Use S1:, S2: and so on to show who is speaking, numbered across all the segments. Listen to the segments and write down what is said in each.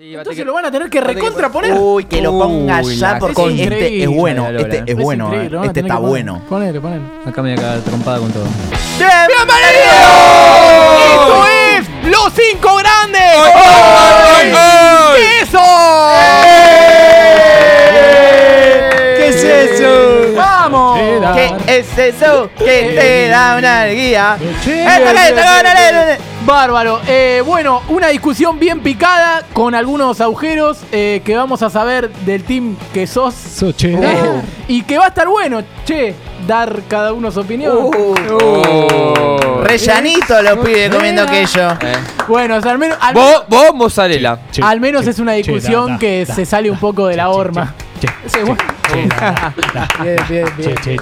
S1: Sí, va a
S2: Entonces
S1: tener
S2: lo van a tener que Uh,
S1: va a tener que-
S2: recontraponer.
S3: Uy, que lo ponga
S1: Uy,
S3: ya
S1: la
S3: porque
S1: con-
S3: este
S2: increíble,
S3: es bueno.
S1: Lola.
S3: Este es
S2: Es
S3: bueno,
S2: increíble,
S3: eh.
S2: lo van a
S3: este
S2: tener
S3: está
S2: que poner.
S3: bueno.
S2: Ponele, ponele.
S1: que- Acá me acá trompada con todo.
S2: ¡Esto es los cinco grandes! ¿Qué es eso? ¡Eh!
S3: ¿Qué es eso?
S2: ¡Vamos!
S1: Era.
S3: ¿Qué es eso que te da una Eh, energía? ¡Esto que es, esto que es, esto
S2: Bárbaro. Eh, bueno, una discusión bien picada con algunos agujeros eh, que vamos a saber del team que sos.
S3: Oh.
S2: y que va a estar bueno, che, dar cada uno su opinión.
S3: que es! Uh,
S1: Oh.
S3: Rellanito lo pide comiendo aquello.
S1: Eh.
S2: Bueno, o sea, al menos, al,
S1: Vos, vos, mozzarella.
S2: al menos es una discusión que se sale un poco de la horma. Sí, bueno. Bien, bien, bien.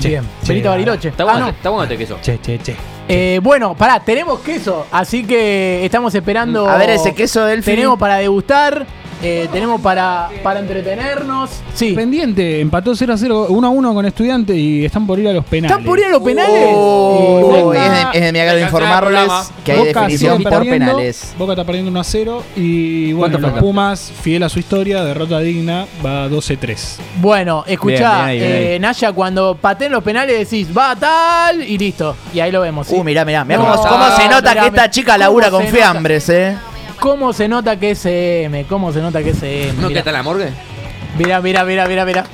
S2: Bien. Benito Bariloche.
S1: Está
S2: Ah,
S1: bueno,
S2: no.
S1: está bueno este queso.
S4: Che, che, che.
S2: Eh, bueno, pará, tenemos queso, así que estamos esperando.
S3: A ver ese queso del
S2: Tenemos para degustar, eh, tenemos para, para entretenernos. Sí.
S4: Pendiente, empató 0 a 0, 1 a 1 con Estudiante y están por ir a los penales.
S2: ¿Están por ir a los penales?
S3: Oh,
S2: Y
S3: es,
S2: Boca-
S3: de, es de mi agrado
S1: La canción del
S3: informarles
S1: programa.
S3: que hay
S4: Boca
S3: definición
S4: sigue
S3: por
S4: perdiendo,
S3: penales.
S4: Boca está perdiendo 1 a 0 y bueno,
S1: ¿Cuánto
S4: los
S1: falta?
S4: Pumas, fiel a su historia, derrota digna, va 12-3.
S2: Bueno, escuchá,
S1: Bien, bien ahí, bien
S2: eh,
S1: ahí.
S2: Naya, cuando pateen los penales decís, va tal, y listo. Y ahí lo vemos. ¿sí?
S3: Uh, mirá, mirá, mirá
S2: No,
S3: cómo, cómo se
S2: no,
S3: nota
S2: mirá,
S3: que
S2: mirá.
S3: esta chica labura
S2: ¿Cómo
S3: con
S2: se nota?
S3: fiambres, eh.
S2: ¿Cómo se nota que es E M? ¿Cómo se nota que es E M?
S1: ¿No que
S2: Mirá.
S1: está en la morgue?
S2: Mirá, mirá, mirá, mirá, mirá.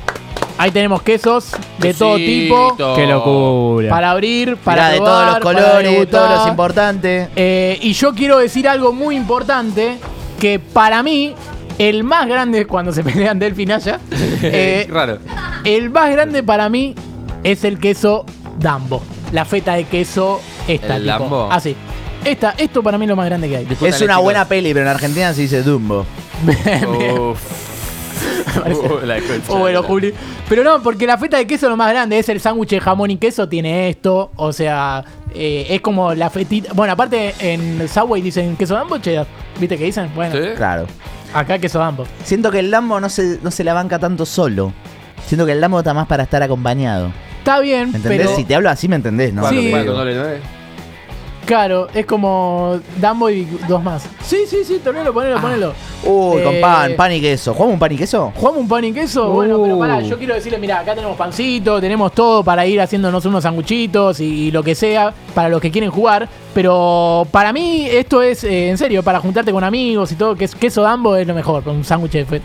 S2: Ahí tenemos quesos de todo tipo.
S1: Quesito.
S5: Qué locura.
S2: Para abrir, para
S3: Mirá, de
S2: probar,
S3: todos los
S2: para
S3: colores, de todos los
S2: degustar.
S3: importantes.
S2: Eh, y yo quiero decir algo muy importante, que para mí, el más grande, cuando se pelean Delphi y Naya, eh,
S1: Raro.
S2: el más grande para mí es el queso Dambo. La feta de queso esta.
S1: ¿El
S2: tipo,
S1: Dambo?
S2: Así. Esta, esto para mí es lo más grande que hay.
S1: Discútale,
S3: Es una
S1: chicos.
S3: buena peli, pero en Argentina se dice Dumbo.
S1: Uf. Uh, la concha
S2: Oh,
S1: de
S2: bueno,
S1: la-
S2: Juli. Pero no, porque la feta de queso es lo más grande. Es el sándwich de jamón y queso, tiene esto. O sea, eh, es como la fetita. Bueno, aparte en Subway dicen queso Dambo, cheddar. ¿Viste que dicen? Bueno,
S1: ¿Sí?
S3: Claro.
S2: acá queso Dambo.
S3: Siento que el Lambo no se, no se la banca tanto solo. Siento que el Lambo está más para estar acompañado.
S2: Está bien,
S3: ¿Me entendés?
S2: pero.
S3: Si te hablo así, ¿me entendés? No,
S1: Cuatro,
S2: Sí.
S1: cuatro, no le nueve.
S2: Claro, es como Dumbo y dos más. Sí, sí, sí, ponelo,
S3: Ah.
S2: ponelo, ponelo.
S3: Uy,
S2: Eh,
S3: con pan, pan y queso. ¿Jugamos un pan y queso?
S2: ¿Jugamos un pan y queso? Bueno, pero pará, yo quiero decirle, mira, acá tenemos pancito, tenemos todo para ir haciéndonos unos sanguchitos y, y lo que sea, para los que quieren jugar. Pero para mí esto es, eh, en serio, para juntarte con amigos y todo, que es- queso Dumbo es lo mejor, con un sándwich de fe-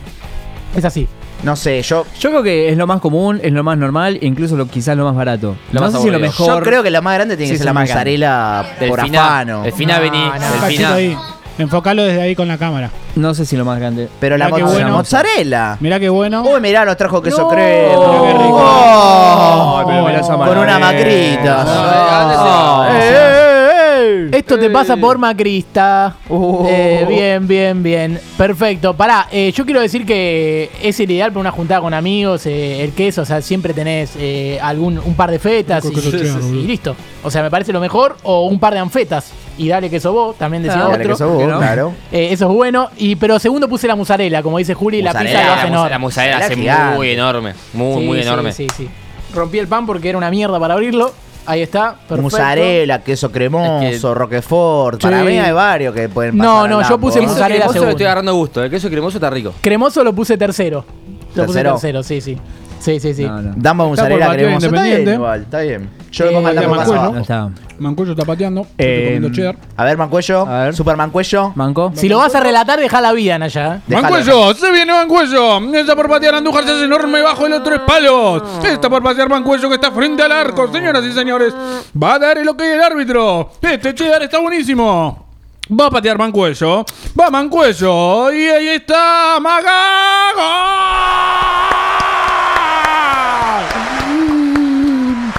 S2: Es así.
S3: No sé, yo,
S5: Yo creo que es lo más común, es lo más normal, e incluso lo, quizás lo más barato.
S1: Lo
S5: no
S1: más
S5: sé si lo
S1: aburrido.
S5: mejor.
S3: yo creo que la más grande tiene
S5: Sí,
S3: que ser
S5: sí,
S3: la
S5: me encanta.
S3: mozzarella por afano.
S1: Delfina,
S2: No,
S1: vení.
S2: no.
S4: Pasito
S1: Delfina.
S4: ahí. Enfocalo desde ahí con la cámara.
S5: No sé si lo más grande.
S3: Pero la
S4: Mirá qué
S3: mozza-
S4: bueno.
S3: mozzarella.
S4: Mirá qué bueno.
S3: Uy, mirá, nos trajo queso
S2: No.
S3: crema.
S4: Mirá qué rico.
S3: Oh,
S5: Ay, pero me las
S3: con
S5: amaré.
S3: una macrita.
S1: Ah,
S3: Ah,
S1: eh,
S3: eh, eh, eh.
S2: Esto te pasa por Macrista.
S3: Oh.
S2: Eh, bien, bien, bien. Perfecto. Pará, eh, yo quiero decir que es el ideal para una juntada con amigos, eh, el queso, o sea, siempre tenés eh, algún, un par de fetas y,
S4: Creo que lo tengo,
S2: y
S4: boludo.
S2: listo. O sea, me parece lo mejor, o un par de anfetas. Y dale queso vos, también decía
S3: Dale
S2: otro.
S3: queso vos,
S5: ¿por qué no?
S3: claro.
S2: Eh, eso es bueno. Y, pero segundo puse la mozzarella, como dice Juli, la pizza
S3: Mozzarella,
S2: lo hace
S1: La,
S2: enorme.
S1: la mozzarella
S3: Era
S1: hace
S3: gigante.
S1: muy enorme. Muy,
S2: Sí,
S1: muy
S2: sí,
S1: enorme.
S2: Sí, sí, Rompí el pan porque era una mierda para abrirlo. Ahí está, perfecto.
S3: Mozzarella, queso cremoso,
S1: Es que-
S3: Roquefort. Para
S2: Sí.
S3: mí hay varios que pueden pasar.
S2: No,
S3: al
S2: no, yo
S3: Lambo,
S2: puse
S3: ¿eh?
S1: Queso
S2: mozzarella
S1: cremoso
S2: segunda.
S1: le estoy agarrando gusto. El queso cremoso está rico.
S2: Cremoso lo puse tercero. Lo puse
S3: ¿Tercero?
S2: tercero, sí, sí. Sí, sí, sí.
S5: No, no.
S3: Damos
S4: Está por
S3: mozzarella
S4: Mateo
S3: cremoso. Está bien,
S4: Independiente.
S3: igual, está bien. Yo
S2: Eh,
S3: lo pongo al
S4: Mateo
S3: Lambo más
S4: Mancuello.
S3: abajo.
S5: No está.
S4: Mancuello está pateando. Yo
S5: Eh,
S4: te comiendo cheddar.
S3: A ver, Mancuello.
S5: A ver.
S3: Super Mancuello. Eh,
S5: ¿Manco?
S2: Si lo vas a relatar, dejá la vida, Naya. ¿eh?
S3: Dejalo.
S4: Mancuello, se viene Mancuello. Está por patear Andújar, se hace enorme bajo el otro es palos. Está por patear Mancuello que está frente al arco, señoras y señores. Va a dar el ok del árbitro. Este cheddar está buenísimo. Va a patear Mancuello. Va Mancuello. Y ahí está Magago.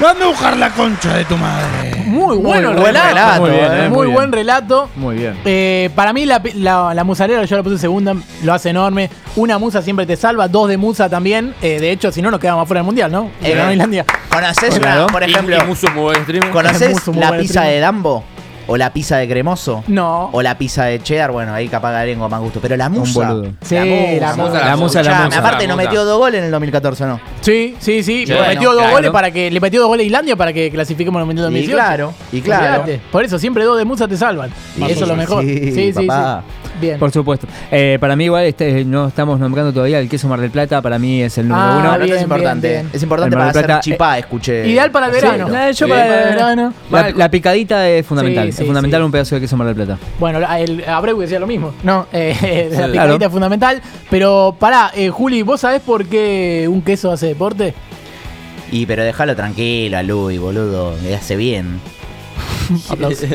S4: Andújar, la concha de tu madre.
S2: Muy bueno el
S3: buen
S2: relato.
S3: relato,
S2: muy
S3: Muy bien, eh,
S5: muy bien.
S2: buen relato.
S5: Muy bien.
S2: Eh, para mí la, pi- la, la musarela, yo la puse segunda, lo hace enorme. Una musa siempre te salva, dos de musa también. Eh, de hecho, si no, nos quedamos fuera del mundial, ¿no?
S3: Eh,
S2: Ganó Islandia.
S3: ¿Conocés una,
S5: Claro.
S3: por
S1: Y-
S3: ejemplo,
S1: y Musu muy buen stream.
S3: ¿conocés
S2: Hermoso, muy
S3: la
S2: buen
S3: pizza
S2: primo.
S3: de Dambo? ¿O la pizza de cremoso?
S2: No.
S3: ¿O la pizza de cheddar? Bueno, ahí capaz que tengo más gusto. Pero la musa.
S5: boludo.
S2: Sí, la
S3: musa.
S2: musa.
S5: La musa, la
S3: Escuchame,
S5: musa.
S3: Aparte,
S1: La
S3: no
S1: musa.
S3: metió dos goles en el 2014, ¿no?
S2: Sí, sí,
S1: Sí,
S2: sí. Le
S3: bueno,
S2: metió dos
S1: claro.
S2: goles para que. Le metió dos goles a Islandia para que clasifiquemos en el Mundial 2018.
S3: Y claro, y claro.
S2: Olvídate. Por eso siempre dos de musa te salvan.
S3: Sí,
S2: eso es lo mejor.
S3: sí,
S2: Sí, sí, sí.
S3: papá.
S2: Bien.
S5: Por supuesto. Eh, para mí, igual, este, no estamos nombrando todavía el queso Mar del Plata. Para mí es el número
S2: Ah,
S5: uno.
S3: Bueno,
S2: bien,
S3: es importante.
S2: bien, bien.
S3: Es importante
S5: El Mar
S3: para
S5: del
S3: hacer
S5: Plata, eh,
S3: chipá, escuché.
S2: Ideal para el
S3: Sí,
S2: verano.
S5: La, yo
S1: Sí.
S5: para-
S2: Eh, Para el verano.
S5: la- la picadita es fundamental.
S2: Sí, sí,
S5: es fundamental
S2: sí.
S5: un pedazo de queso Mar del Plata.
S2: Bueno, la- el Abreu decía lo mismo. No, eh, la
S1: Sí.
S2: picadita
S5: Claro.
S2: es fundamental. Pero pará, eh, Juli, ¿vos sabés por qué un queso hace deporte?
S3: Y pero déjalo tranquilo a Luis, boludo. Le hace bien.
S2: Aplausos.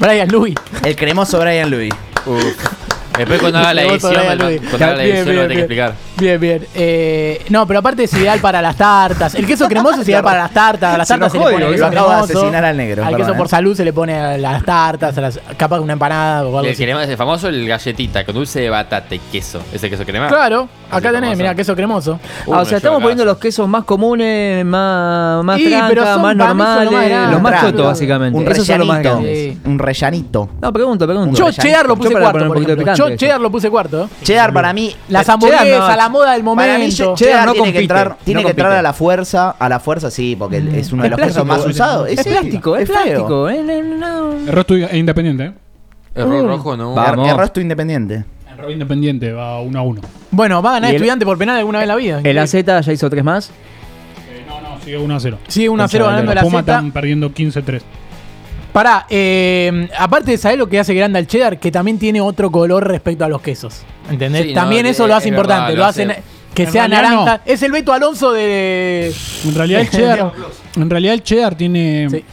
S2: Brian Louis.
S3: El cremoso Brian Luis.
S1: Después cuando haga la
S2: Vos,
S1: edición,
S2: Brian
S1: me lo-
S2: Louis.
S1: cuando haga la
S2: Bien,
S1: edición
S2: bien,
S1: lo tengo que
S2: bien.
S1: explicar.
S2: Bien, bien. Eh, no, pero aparte es ideal para las tartas. El queso cremoso es ideal para las tartas. A las
S3: Se
S2: tartas
S3: nos
S2: se le
S3: jode,
S2: pone
S3: lo
S2: queso
S3: acabo de
S2: cremoso.
S3: asesinar al negro,
S2: Al
S3: perdón,
S2: queso por
S3: eh.
S2: salud se le pone a las tartas, a las, capaz una empanada o algo
S1: El
S2: así.
S1: crema es el famoso, el galletita, con dulce de batata y queso. Ese queso crema.
S2: Claro,
S1: Así
S2: acá tenés,
S1: famoso.
S2: mirá, queso cremoso.
S1: Uy,
S5: Ah,
S1: me
S5: o sea,
S1: llevo
S5: estamos
S1: el
S5: poniendo
S1: brazo.
S5: los quesos más comunes, más, más
S2: Y, pero
S5: tranca,
S2: son- para
S5: más
S2: mí son los más
S5: normales,
S2: grandes.
S5: los más
S3: Tranca.
S5: chotos, básicamente.
S3: Un
S5: Esos son los más
S3: rellanito.
S5: grandes.
S2: grandes.
S3: Un rellanito.
S5: No, pregunto, pregunto.
S2: Yo
S3: Rellanito.
S2: cheddar lo
S5: Yo
S2: puse
S5: para
S2: cuarto,
S5: poner un
S2: por
S5: poquito de
S2: ejemplo. Yo
S5: picante,
S2: cheddar lo puse cuarto. ¿eh?
S3: Cheddar para mí.
S2: Las
S5: Cheddar
S2: hamburguesas,
S5: no.
S2: la moda del momento.
S3: Para mí, Cheddar,
S5: Cheddar no
S3: tiene que
S5: compite,
S3: entrar, tiene
S5: no
S3: que entrar
S5: compite.
S3: a la fuerza, a la fuerza sí, porque
S2: Mm.
S3: es uno de
S5: Es
S3: los
S5: plástico,
S3: quesos más
S5: es-
S3: usados.
S5: Es
S3: sí,
S5: plástico, es
S3: feo.
S5: plástico. eh, no, no.
S4: Error tuyo, es independiente, ¿eh?
S2: Uh,
S1: Error rojo, no.
S5: Va. Vamos.
S3: El resto independiente.
S4: Error independiente, va uno a uno.
S2: Bueno, va a ganar
S5: Y el-
S2: estudiante por penal alguna vez en la vida.
S5: El AZ ya hizo tres más.
S4: no, no, sigue 1 a 0.
S2: Sigue 1 a 0
S5: Concha,
S2: ganando
S5: de
S2: la
S4: Los Pumas
S2: Z.
S4: están perdiendo 15-3.
S2: Pará, eh, aparte de saber lo que hace grande al cheddar, que también tiene otro color respecto a los quesos. ¿Entendés?
S1: Sí, no,
S2: también
S1: eh,
S2: eso lo hace
S1: es
S2: importante.
S1: verdad,
S2: lo
S1: lo
S2: hace
S1: hace-
S2: que
S4: En
S2: sea
S4: realidad
S2: naranja. Es el Beto Alonso de.
S4: En realidad el cheddar, en realidad el cheddar tiene
S2: Sí.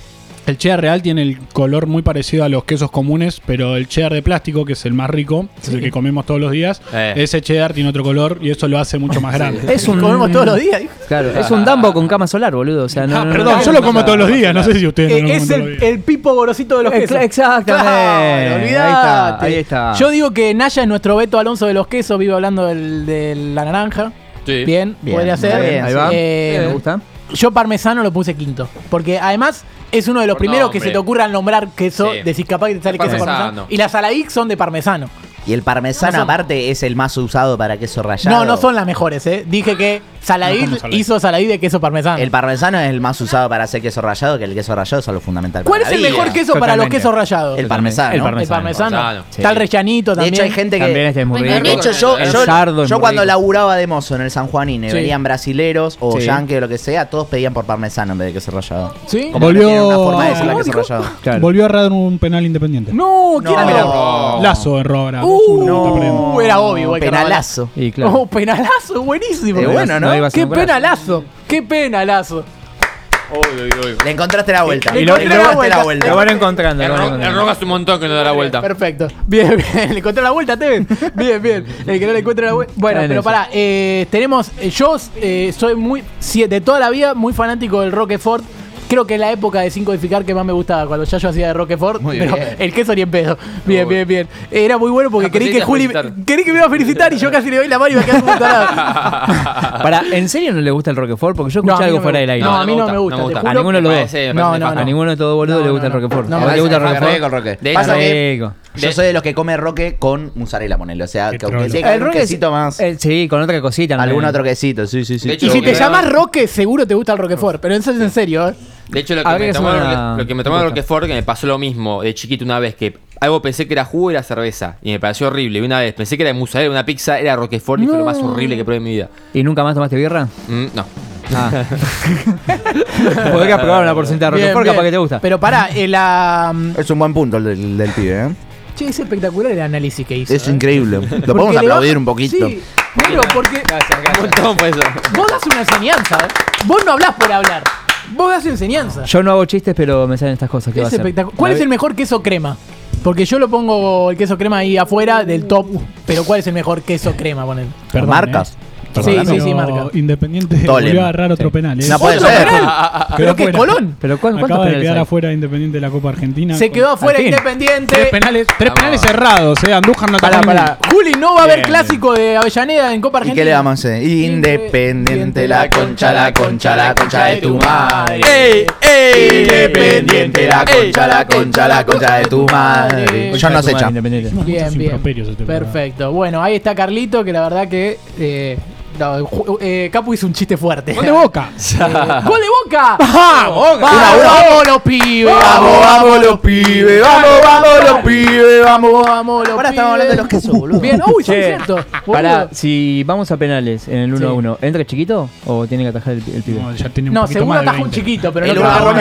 S4: el cheddar real tiene el color muy parecido a los quesos comunes, pero el cheddar de plástico, que es el más rico, que es el que comemos todos los días,
S1: Eh.
S4: ese cheddar tiene otro color y eso lo hace mucho más grande.
S2: Es un. Comemos todos los días.
S5: Claro, es un Dumbo con cama solar, boludo. O sea, no,
S4: Ah,
S5: no, no,
S4: perdón,
S5: no.
S4: yo lo como todos los días, no sé si ustedes
S2: Eh,
S4: no lo
S2: es
S4: comen todos
S2: el,
S4: los días.
S2: el pipo gorosito de los
S5: Ex-
S2: quesos.
S5: exactamente.
S2: Claro,
S5: Ahí
S2: olvidate.
S5: está, ahí está.
S2: Yo digo que Naya es nuestro Beto Alonso de los quesos, vivo hablando del- de la naranja.
S1: Sí.
S2: Bien,
S3: Bien,
S2: podría
S3: está
S2: ser.
S3: bien,
S5: Ahí va.
S2: Eh,
S5: Me gusta.
S2: Yo parmesano lo puse quinto. Porque además es uno de los
S1: Por
S2: primeros que
S1: nombre.
S2: se te ocurra al nombrar queso.
S1: Sí.
S2: Decís capaz que te sale queso
S1: Parmesano.
S2: parmesano. Y las Alaix son de parmesano.
S3: Y el parmesano
S2: No son-
S3: aparte es el más usado para queso rallado.
S2: No, no son las mejores, ¿eh? Dije que Saladí
S4: No como Saladí.
S2: hizo Saladí de queso parmesano.
S3: El parmesano es el más usado para hacer queso rallado, que el queso rallado es algo fundamental.
S2: ¿Cuál es
S3: para la
S2: el
S3: vida.
S2: mejor queso para los
S5: Totalmente.
S2: quesos rallados?
S3: El parmesano.
S5: El
S2: El
S5: parmesano.
S2: parmesano.
S1: Parmesano,
S3: sí.
S2: Está el rellanito
S3: De
S2: también.
S3: hecho hay gente que...
S5: También este es muy
S6: Venga,
S5: rico.
S3: De hecho, yo,
S5: El
S3: yo,
S5: sardo es
S3: yo
S5: muy
S3: cuando
S5: rico.
S3: laburaba de mozo en el San Juanín y
S2: Sí.
S3: venían brasileros o
S5: Sí.
S3: yanque o lo que sea, todos pedían por parmesano en vez de queso rallado.
S2: ¿Sí?
S3: Como que
S4: Volvió-
S3: tienen una forma de decir la
S4: ¿Cómo
S3: queso rallado.
S5: Claro.
S4: Volvió a errar un penal independiente.
S2: No,
S4: Oh.
S2: ¿quién
S3: No.
S2: era?
S4: Lazo erró ahora.
S2: Uh,
S4: 2-1, está perdiendo.
S2: no. Era obvio, igual que
S3: Penalazo.
S5: Y claro.
S2: Oh, penalazo, buenísimo.
S3: Eh, bueno, ¿no?
S5: iba a ser
S2: Qué
S5: un golazo.
S2: penalazo, qué penalazo.
S1: Uy, uy, uy.
S3: Le encontraste la vuelta.
S2: Le
S3: Le
S2: encontré la
S3: encontraste la
S2: vuelta.
S5: Lo
S3: vuelta.
S5: van encontrando.
S1: El,
S5: lo van
S1: ro- el
S5: encontrando.
S1: rojo hace un montón que no da la vuelta.
S2: Perfecto. Bien, bien. Le encontré la vuelta, Tevez. Bien, bien. El que no le encuentre la vuelta. Bueno,
S5: Está en
S2: pero
S5: eso.
S2: pará. eh, tenemos. eh, yo eh, soy muy. sí, de toda la vida, muy fanático del Roquefort. Creo que es la época de sin codificar que más me gustaba cuando ya yo hacía de Roquefort.
S3: Muy
S2: pero
S3: bien.
S2: el queso ni en pedo. Bien,
S1: Muy
S2: bien, bien. Era muy bueno porque
S1: Ah,
S2: creí
S1: pensé
S2: que
S1: que
S2: Juli.
S1: te iba a felicitar.
S2: Creí que me iba a felicitar y yo casi le doy la mano y me quedé como un tarado.
S5: Para, ¿en serio no le gusta el Roquefort? Porque yo
S2: No, a
S5: escuché
S2: mí
S5: algo
S2: no me
S5: fuera del
S2: gusta.
S5: aire.
S2: No, a mí no me gusta, te
S5: A
S2: juro
S5: ninguno de
S1: Me
S5: los dos.
S1: parece- me
S2: No,
S1: parece
S2: no,
S1: faja.
S5: A ninguno de todos boludos
S2: No,
S5: le
S2: no,
S5: gusta
S2: no.
S5: el Roquefort.
S2: No,
S5: a
S2: me
S5: vos le gusta el
S3: parece que
S5: Roquefort.
S3: rico el Roque.
S1: De
S3: Pasa
S1: hecho-
S3: que
S5: Rico.
S3: yo soy de los que come roque con mozzarella, ponele. O sea,
S4: Qué
S3: que aunque
S4: trolo.
S3: sea que
S5: El
S3: un
S5: Roque
S3: quesito
S5: sí-
S3: más.
S5: el- sí, con otra cosita. ¿no?
S3: Algún otro quesito, sí, sí, sí.
S1: De hecho,
S2: Y si te
S1: Creo-
S2: llamas Roque, seguro te gusta el Roquefort. Pero eso es en serio, ¿eh?
S1: De hecho, lo que,
S5: Habría
S1: me
S5: que
S1: tomaba,
S5: hacer una-
S1: lo que- lo que me tomaba
S5: una
S1: lo que Ford, que me pasó lo mismo de chiquito una vez que algo pensé que era jugo era cerveza y me pareció horrible. Y una vez pensé que era mozzarella, una pizza, era Roquefort y fue lo más horrible que probé en mi vida.
S5: ¿Y nunca más tomaste birra?
S1: Mm, no.
S5: Ah. Podrías probar una porcentaje de
S2: Bien,
S5: Roquefort,
S2: bien.
S5: capaz que te gusta.
S2: Pero pará, eh, la.
S3: Es un buen punto el del, del pibe, ¿eh?
S2: Che, es espectacular el análisis que hizo.
S3: Es
S2: ¿eh?
S3: increíble. Lo
S2: Porque
S3: podemos
S2: le
S3: aplaudir
S2: baja-
S3: un poquito.
S2: Sí, pero porque
S1: Un montón fue eso.
S2: vos das una enseñanza. ¿eh? Vos no hablás por hablar. Vos das enseñanza.
S5: Yo no hago chistes, pero me salen estas cosas. ¿Qué va a
S2: es
S5: hacer?
S2: espectacular. ¿Cuál es el mejor queso crema? Porque yo lo pongo el queso crema ahí afuera del top. uh, Pero ¿cuál es el mejor queso crema? Ponen?
S4: Perdón,
S3: Marcas.
S4: eh.
S2: Sí,
S4: Pero
S2: sí, sí, marca.
S4: Independiente
S3: Tolen.
S4: volvió a agarrar otro
S5: Sí.
S4: penal. ¿eh?
S3: No Ah, puede
S2: ¿Otro
S3: ser. ah,
S2: penal?
S4: Quedó
S2: ¿Pero qué?
S4: fuera.
S2: ¿Colón?
S5: ¿Pero cuán- cuántos
S4: Acaba de
S5: penales
S4: quedar
S5: hay?
S4: afuera Independiente de la Copa Argentina.
S2: Se
S4: con-
S2: quedó afuera
S5: fin.
S4: Tres
S2: independiente.
S4: penales, tres penales cerrados, eh. Andújar no
S2: Pará,
S4: tapó
S2: pará. Juli, no va a haber
S4: Bien.
S2: clásico de Avellaneda en Copa
S3: ¿Y
S2: Argentina.
S3: qué le vamos a hacer? Independiente la concha, la concha, la concha de tu madre. Independiente la concha, la concha, la concha de tu madre. Yo
S5: Concha de
S3: no
S5: tu
S3: sé,
S5: madre,
S3: chamo.
S5: Independiente.
S4: Muchos
S2: Bien, bien.
S4: improperios esta temporada.
S2: Perfecto. Bueno, ahí está Carlito, que la verdad que eh, No, eh, ju- eh, Capu hizo un chiste fuerte.
S4: Gol de Boca.
S2: Eh, ¡Gol de boca!
S4: ¡Vamos!
S2: ¡Vamos, vamos los pibes! ¡Vamos, vamos los pibes! ¡Vamos, vamos los pibes! ¡Vamos, vamos los pibes!
S3: Ahora estamos hablando de los quesos, boludo.
S2: Bien, uy, sí,
S5: Che,
S2: es cierto. boludo.
S5: Pará, si vamos a penales en el 1 a
S2: Sí.
S5: 1, ¿entra chiquito o tiene que atajar el, el pibe?
S4: No, ya tiene un
S2: No,
S4: poquito
S2: seguro
S4: más de
S2: atajó un
S4: 20.
S2: chiquito, pero no
S3: El
S2: creo
S3: 1
S2: que
S3: a 1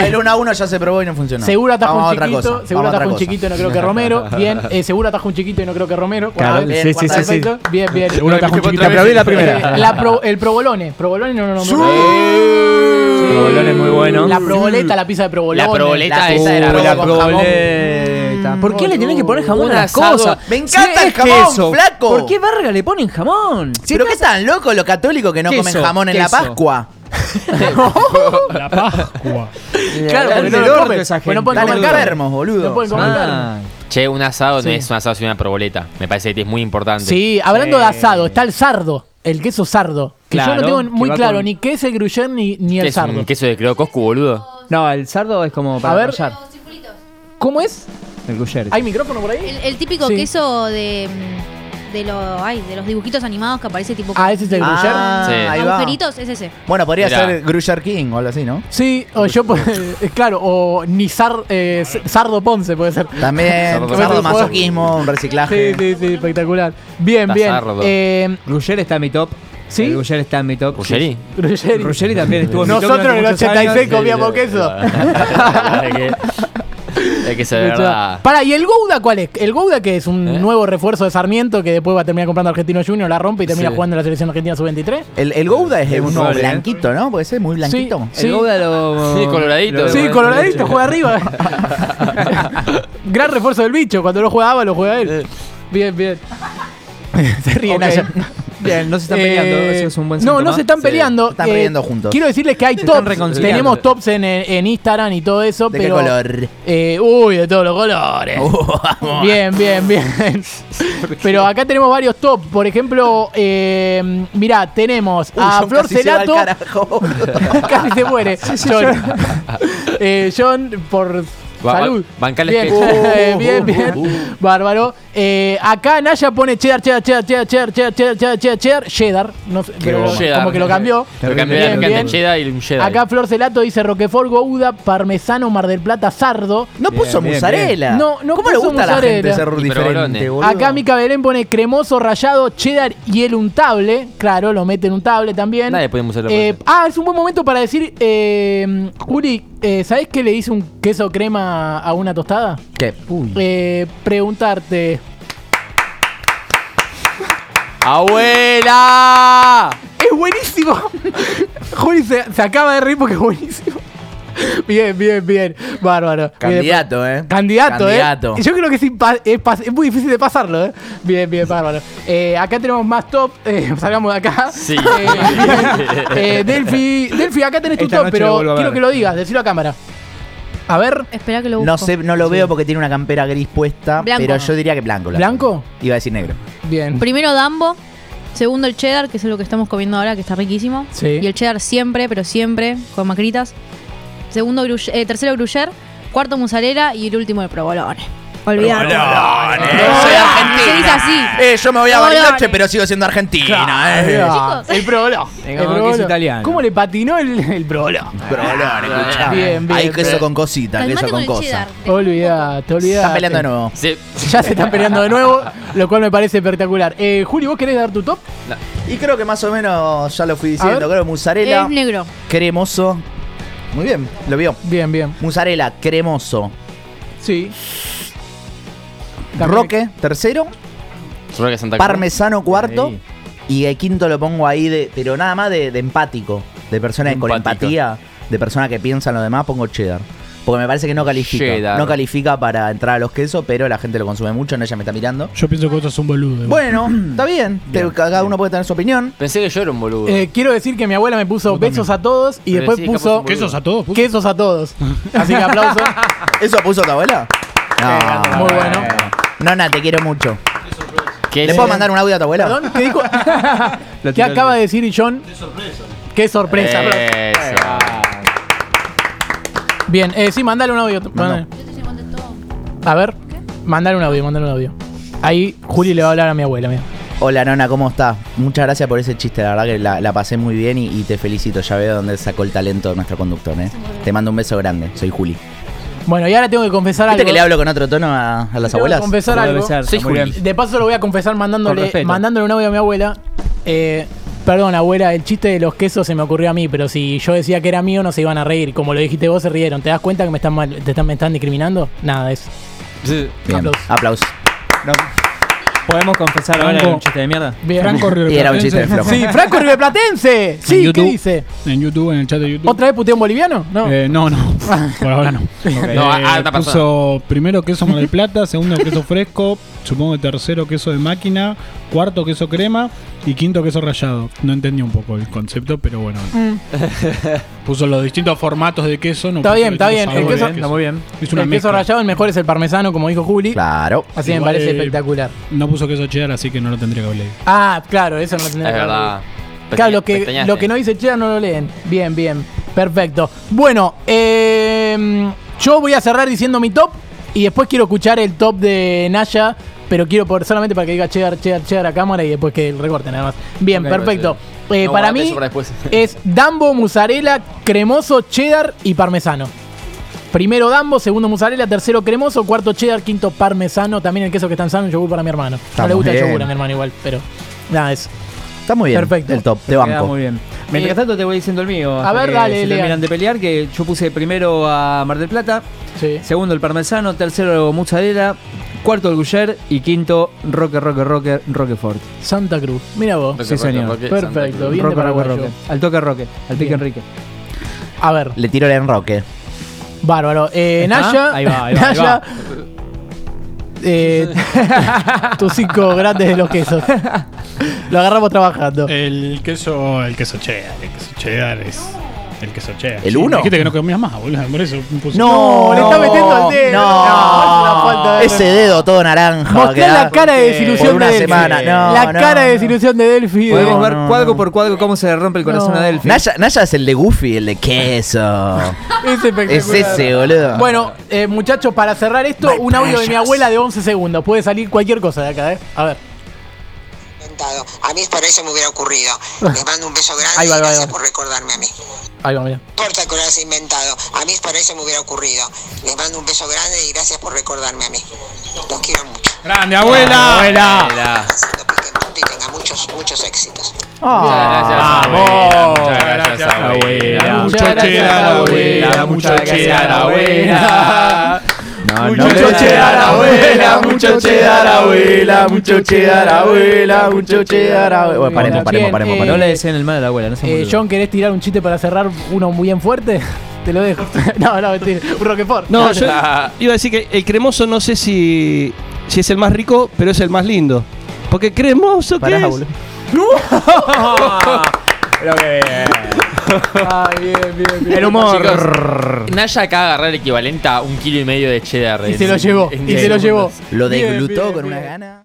S2: Romero.
S3: ya se probó y no funcionó.
S2: Seguro atajó
S3: Vamos a
S2: un
S3: otra
S2: chiquito,
S3: cosa,
S2: seguro
S3: vamos a
S2: atajó un
S3: otra cosa.
S2: chiquito, no creo que Romero. Bien, eh, seguro atajó un chiquito y no creo que Romero.
S5: Claro,
S2: Bien,
S5: sí, sí, sí, sí.
S2: perfecto. Bien, bien.
S4: Seguro atajó un
S1: Otra
S4: chiquito.
S1: vez.
S5: aplaudí la primera.
S2: Eh, la pro- el provolone, provolone no lo nombró.
S5: Provolón es muy bueno.
S2: La proboleta, la pizza de provolone.
S1: La proboleta
S3: La
S1: esa
S3: pizza
S1: era
S3: de
S1: la
S5: la
S3: con jamón.
S5: proboleta. ¿Por qué le tienen que poner jamón
S1: Un
S5: a las
S1: asado.
S5: cosas?
S3: Me encanta el
S5: es
S3: jamón, flaco.
S5: ¿Por qué verga le ponen jamón?
S3: ¿Pero qué tan locos los católicos que no
S5: Queso,
S3: comen jamón en la
S5: queso.
S3: Pascua?
S4: La Pascua.
S5: Claro, porque
S2: porque
S5: no
S2: no
S5: lo
S2: comen.
S5: comen. esa
S2: Pues no
S5: gente.
S2: pueden
S3: Están
S2: comer carne.
S3: enfermos,
S2: No pueden
S3: boludo.
S2: comer carne.
S5: Ah,
S1: Che, un asado no es un asado, sino una proboleta. Me parece que es muy importante.
S2: Sí, hablando de asado, está el sardo, el queso sardo. Que yo
S5: Claro,
S2: no tengo
S5: que
S2: muy
S5: va
S2: claro
S5: con-
S2: ni qué es el gruyère ni, ni
S1: ¿Qué
S2: el
S1: es un
S2: sardo.
S1: queso de creo Coscu, boludo?
S5: no, el sardo es como para
S2: A ver.
S5: rallar,
S6: Los circulitos.
S2: ¿Cómo es?
S5: el gruyere.
S2: ¿Hay micrófono por ahí?
S6: El, el típico
S2: Sí.
S6: queso de, mm, de, lo- ay, de los dibujitos animados que aparece tipo.
S2: Ah, ese es el gruyère.
S3: Ah,
S1: Sí.
S3: ahí va.
S6: agujeritos, es ese.
S3: Bueno, podría
S1: Mirá.
S3: ser Gruyère King o algo así, ¿no?
S2: Sí, o yo, po- eh, claro, o ni Sar- eh, S- Sardo Ponce puede ser.
S3: También,
S1: Sardo-
S3: sardo
S2: sardo.
S3: masoquismo, un
S2: Sí,
S3: reciclaje.
S2: sí, sí, espectacular. Bien,
S1: Está
S2: bien.
S1: sardo.
S2: Eh,
S5: Gruyere está en mi top.
S2: ¿Sí?
S5: El gruyere está en mi top.
S1: ¿Ruggeri?
S2: Ruggeri.
S5: Ruggeri también estuvo en mi top
S2: Nosotros en el
S5: durante muchos
S2: 86
S5: años.
S2: comíamos queso.
S1: Hay que- Hay que ser verdad.
S2: Para, ¿y el Gouda cuál es? El Gouda que es un
S1: ¿Eh?
S2: nuevo refuerzo de Sarmiento que después va a terminar comprando Argentino Junior, la rompe y termina
S1: Sí.
S2: jugando en la selección argentina sub-23.
S3: El, el Gouda es
S5: Es
S3: uno
S5: noble, ¿eh?
S3: blanquito, ¿no? Puede ser muy blanquito.
S5: El
S2: Sí.
S5: Gouda lo...
S1: Sí, coloradito.
S5: lo-
S2: Sí,
S1: Bueno,
S2: coloradito, juega arriba. Gran refuerzo del bicho. Cuando no jugaba, lo juega él. Bien, bien. se ríen
S5: Ok.
S2: allá.
S5: Bien, no se están
S2: Eh,
S5: peleando. Eso es un buen
S2: No,
S5: síntoma.
S2: no se están
S1: Sí.
S2: peleando. eh,
S3: Están peleando juntos.
S2: Quiero decirles que hay
S5: Se están
S2: tops.
S5: reconciliando.
S2: Tenemos tops en, en Instagram y todo eso,
S3: ¿De qué
S2: pero.
S3: color? Uh,
S2: Eh, uy, de todos los colores. Bien, bien, bien. Pero acá tenemos varios top. Por ejemplo, eh, mirá, tenemos
S3: Uy,
S2: a
S3: John
S2: Ah, Flor
S3: casi se va al
S2: Celato.
S3: carajo.
S2: casi se muere. John. Eh, John, por
S1: Ba-
S2: salud.
S1: ba- bancale
S2: bien.
S1: este.
S2: Eh, bien, bien. Bárbaro. Eh, acá Naya pone cheddar, cheddar, cheddar, cheddar, cheddar, cheddar, cheddar, cheddar, cheddar, cheddar, cheddar. No sé, pero
S1: Cheddar.
S2: como que lo cambió.
S1: Lo cambió
S2: Bien,
S1: la picante
S2: bien.
S1: cheddar y un cheddar.
S2: Acá Flor Celato dice Roquefort, Gouda, Parmesano, Mar del Plata, Sardo.
S3: No
S5: Bien,
S3: puso
S5: bien,
S3: mozzarella.
S2: bien. No, no
S3: ¿Cómo le
S2: puso
S3: gusta a la gente
S2: mozzarella.
S3: ser
S1: Y
S3: diferente,
S1: provolone.
S3: boludo?
S2: Acá Mica Belén pone cremoso, rallado, cheddar y el untable. Claro, lo mete en untable también.
S1: Nadie puede usarlo.
S2: Eh, ah, es un buen momento para decir, eh, Juli, eh, ¿sabés qué le hice un queso crema a una tostada?
S3: ¿Qué?
S2: Eh, preguntarte.
S1: ¡Abuela!
S2: ¡Es buenísimo! Juli se, se acaba de reír porque es buenísimo. Bien, bien, bien. Bárbaro. Bien.
S3: Candidato, ¿eh?
S2: Candidato,
S3: Candidato.
S2: ¿eh? Yo creo que es, impa- es pas- es muy difícil de pasarlo, ¿eh? Bien, bien, bárbaro. Eh, acá tenemos más top. eh, salgamos de acá.
S1: Sí.
S2: Eh, eh, Delphi, Delphi, acá tenés tu
S5: Esta
S2: top,
S5: noche lo
S2: pero
S5: vuelvo a
S2: quiero
S5: ver.
S2: que lo digas. Decilo a cámara. A ver,
S6: Espera que lo busco.
S3: No sé, no lo veo porque tiene una campera gris puesta,
S6: Blanco.
S3: pero yo diría que blanco.
S2: ¿blanco?
S3: Iba a decir negro.
S2: Bien.
S6: Primero Dambo. Segundo el cheddar, que es lo que estamos comiendo ahora, que está riquísimo.
S2: Sí.
S6: Y el cheddar siempre, pero siempre, con macritas. Segundo gruy- eh, tercero gruyere, cuarto mozzarella y el último el provolone. Olvidar.
S3: Ah, Soy
S6: Se dice
S3: argentina.
S6: así.
S3: Eh, yo me voy a
S6: Provolone.
S3: Bariloche, pero sigo siendo argentina, eh.
S2: Ah,
S6: Chicos.
S2: el provoló. El
S5: Digamos que es
S2: provoló.
S5: italiano.
S2: ¿Cómo le patinó el, el provoló?
S3: Provolone, escuchá.
S2: Bien, bien,
S3: Hay
S2: bien.
S3: queso con cosita, queso
S6: Calmate con
S3: con
S6: el
S3: cosa.
S6: cheddar.
S2: Olvidate, olvidate.
S3: Están peleando de nuevo.
S1: Sí.
S2: Ya se están peleando de nuevo, lo cual me parece espectacular. Eh, Juli, ¿vos querés dar tu top?
S3: Y creo que más o menos ya lo fui
S2: A
S3: diciendo.
S2: ver.
S3: Creo que
S6: Es
S3: mozzarella,
S6: negro.
S3: cremoso. Muy bien, lo vio.
S2: Bien, bien.
S3: Mozzarella, cremoso.
S2: Sí. También-
S3: Roque, tercero.
S1: Solo que Santa Cruz.
S3: Parmesano, cuarto.
S5: Ahí.
S3: Y el quinto lo pongo ahí, de, pero nada más de, de empático. De persona con
S1: Empático.
S3: empatía, de persona que piensa en lo demás, pongo cheddar. Porque me parece que no califica.
S1: Cheddar.
S3: No califica para entrar a los quesos, pero la gente lo consume mucho, no ella me está mirando.
S4: Yo pienso que otro es un boludo.
S3: Bueno, está bien. te- cada uno puede tener su opinión.
S1: Pensé que yo era un boludo.
S2: Eh, quiero decir que mi abuela me puso besos a todos y
S1: Pero
S2: después
S1: sí,
S2: puso
S1: capaz un
S4: ¿Quesos a todos? puto?
S2: quesos a todos. Así que aplauso.
S3: ¿Eso puso tu abuela?
S5: Ah,
S3: No,
S2: muy bueno.
S3: Nona, te quiero mucho.
S1: ¿Qué
S3: ¿Le
S1: es?
S3: puedo mandar un audio a tu abuela?
S2: Perdón, ¿qué dijo?
S5: Lo
S2: ¿Qué
S5: tiró
S2: acaba
S5: el-
S2: de decir John? Qué sorpresa. Qué
S3: Eh.
S2: sorpresa.
S1: Eso.
S2: Bien, eh, sí, mandale un audio. Mandale. A ver, mandale un audio, mandale un audio. Ahí Juli le va a hablar a mi abuela, mira.
S3: Hola Nona, ¿cómo estás? Muchas gracias por ese chiste, la verdad que la, la pasé muy bien y, y te felicito, ya veo dónde sacó el talento nuestro conductor, ¿eh? Te mando un beso grande, soy Juli.
S2: Bueno, y ahora tengo que confesar
S3: ¿Viste
S2: algo.
S3: que le hablo con otro tono a, a las
S2: Tengo que
S3: abuelas?
S2: confesar
S5: Te voy a
S2: algo.
S5: besar,
S1: Sí,
S5: está muy
S1: Juli.
S5: bien.
S2: De paso lo voy a confesar
S5: Con
S2: mandándole,
S5: respeto.
S2: mandándole un audio a mi abuela. Eh, perdón, abuela, el chiste de los quesos se me ocurrió a mí, pero si yo decía que era mío no se iban a reír. Como lo dijiste vos, se rieron. ¿Te das cuenta que me están, mal- te están, me están discriminando? Nada, es...
S3: Bien,
S2: Aplausos.
S3: aplausos.
S5: No. ¿Podemos confesar ahora
S4: Franco.
S5: un chiste de mierda?
S2: Bien.
S4: Franco
S3: Y era un chiste de
S4: Rivera
S3: flojo.
S2: Sí, Franco Riverplatense. Sí, ¿qué
S4: YouTube.
S2: dice?
S4: En YouTube, en el chat de YouTube.
S2: ¿Otra vez puteó un boliviano? No.
S4: Eh, no, no, por ahora no. Eh,
S1: No, a- alta
S4: puso primero queso Mar del Plata, segundo queso fresco, supongo que tercero queso de máquina, cuarto queso crema y quinto queso rallado. No entendí un poco el concepto, pero bueno. Puso los distintos formatos de queso.
S2: Mm.
S4: No
S2: Está
S4: puso
S2: bien,
S4: los
S2: está
S4: distintos
S2: bien, el
S4: sabores
S2: queso-
S4: de
S5: Está muy bien.
S4: Es una
S2: el queso
S4: mezcla.
S2: rallado, el mejor es el parmesano, como dijo Juli.
S3: Claro.
S2: Así me
S4: Igual,
S2: parece
S4: eh,
S2: espectacular.
S4: No puso queso cheddar, así que no lo tendría que hablar.
S2: Ah, claro, eso no lo
S1: Es
S2: tenía que haber
S1: verdad.
S2: Claro, lo que,
S1: Pestañaste.
S2: lo que no dice Chea no lo leen. Bien, bien. Perfecto. Bueno, eh, yo voy a cerrar diciendo mi top y después quiero escuchar el top de Naya, pero quiero por, solamente para que diga Chegar, Chegar, Chegar a cámara y después que el recorte nada más. Bien,
S1: Ok, pues,
S2: perfecto. Eh,
S1: No,
S2: para
S1: guardate
S2: mí
S1: eso para después.
S2: es Dambo, mozzarella, cremoso, cheddar y parmesano. Primero Dambo, segundo mozzarella, tercero cremoso, cuarto cheddar, quinto parmesano. También el queso que está en sano, yogur para mi hermano. no
S3: Está
S2: le gusta el
S3: bien.
S2: yogur a mi hermano igual, pero nada, es.
S3: Está muy bien.
S2: Perfecto.
S3: El top, te
S5: Queda
S3: banco.
S5: muy bien. Mientras
S2: Eh,
S5: tanto te voy diciendo el mío. hasta
S2: ver,
S5: que
S2: dale,
S5: se
S2: Lea.
S5: terminan de pelear, que yo puse primero a Mar del Plata,
S2: Sí.
S5: segundo el parmesano, tercero mozzarella, cuarto el Gruyère y quinto Roque, Roque, Roque, Roquefort.
S2: Santa Cruz. Mira vos.
S1: Roque,
S5: Sí,
S1: Roque,
S5: señor.
S1: Roque, Santa
S2: Perfecto,
S1: Cruz.
S2: bien de
S5: Roque, Roque,
S2: paraguayo.
S5: Roque. Al toque Roque, al pique
S2: Bien.
S5: Enrique.
S2: A ver,
S3: Le tiro el enroque.
S2: bárbaro. Eh,
S5: ¿Está?
S2: Naya.
S5: Ahí va, ahí va, ahí
S2: Naya,
S5: va.
S2: eh, tus cinco grandes de los quesos. Lo agarramos trabajando.
S3: Eh,
S4: El queso, el queso cheddar, el queso cheddar es el queso cheddar.
S3: ¿El uno?
S4: Dijiste que no comías más, boludo, por eso puse-
S2: Pues No, le está metiendo el dedo.
S3: No,
S2: No, es una falta de-
S3: ese dedo todo naranja. va a
S2: Mostré la
S3: quedar
S2: cara de
S3: por
S2: desilusión de
S3: una
S2: Delphi.
S3: semana. No,
S2: la
S3: no,
S2: cara de
S3: no.
S2: desilusión de Delphi. de-
S5: Podemos ver
S3: no,
S5: cuadro
S3: no.
S5: por cuadro cómo se rompe el corazón
S2: No.
S5: a Delphi.
S3: Naya, Naya es el de Goofy, el de queso.
S2: Es espectacular.
S3: es ese, boludo.
S2: Bueno, eh, muchachos, para cerrar esto, un audio de mi abuela de 11 segundos. Puede salir cualquier cosa de acá, ¿eh? A ver.
S7: inventado. A mí por eso me hubiera ocurrido. Les mando un beso grande
S2: Ahí va,
S7: y
S2: ahí va, ahí
S7: gracias
S2: va.
S7: por recordarme a mí.
S2: Ahí va, mira.
S7: No importa que lo hayas inventado. A mí por eso me hubiera ocurrido. Les mando un beso grande y gracias por recordarme a mí. Los quiero mucho.
S4: Grande abuela. Abuela.
S1: Mirá.
S7: Haciendo pique en punto y tenga muchos, muchos éxitos.
S8: Ah.
S1: Muchas gracias, abuela. Muchas gracias, abuela.
S2: Muchas
S4: Mucho
S2: gracias,
S4: cheddar,
S2: abuela.
S4: abuela. Mucho
S5: Muchas gracias,
S4: cheddar, abuela.
S3: No,
S4: mucho
S3: no le-
S4: cheddar, abuela, mucho cheddar, abuela, mucho cheddar, abuela,
S3: mucho cheddar, abuela. Bueno, paremos, paremos,
S2: Bien,
S3: paremos,
S2: eh,
S5: No
S3: paremos.
S5: le deseen el mal a la abuela, no se
S2: Eh, John, ¿querés tirar un chiste para cerrar uno muy bien fuerte? Te lo dejo. no, no, mentira. Un Roquefort.
S8: No, yo iba a decir que el cremoso no sé si, si es el más rico, pero es el más lindo. Porque cremoso, ¿qué
S3: Pará,
S8: es?
S3: boludo.
S2: Ay, bien, bien, bien.
S5: El humor.
S1: Chicos, Naya acaba de agarrar el equivalente a un kilo y medio de cheddar.
S2: Y
S1: en-
S2: se lo llevó.
S1: en
S2: Y
S1: diez
S2: se lo
S1: segundos.
S2: llevó.
S3: Lo
S2: Bien,
S3: deglutó
S2: bien,
S3: con
S2: bien.
S3: una gana.